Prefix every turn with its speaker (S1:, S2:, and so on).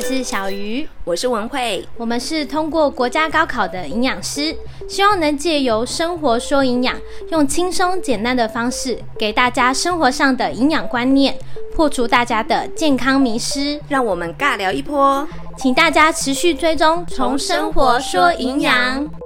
S1: 是小鱼，
S2: 我是文慧，
S1: 我们是通过国家高考的营养师，希望能借由生活说营养，用轻松简单的方式给大家生活上的营养观念，破除大家的健康迷失。
S2: 让我们尬聊一波。哦
S1: 请大家持续追踪，从生活说营养。